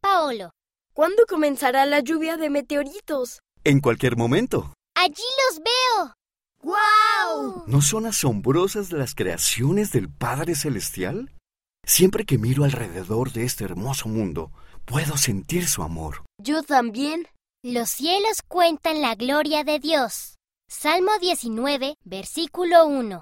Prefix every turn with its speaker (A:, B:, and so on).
A: Paolo.
B: ¿Cuándo comenzará la lluvia de meteoritos?
C: En cualquier momento.
A: Allí los veo.
D: ¡Guau!
C: ¿No son asombrosas las creaciones del Padre Celestial? Siempre que miro alrededor de este hermoso mundo, puedo sentir su amor.
B: Yo también.
A: Los cielos cuentan la gloria de Dios. Salmo 19, versículo 1.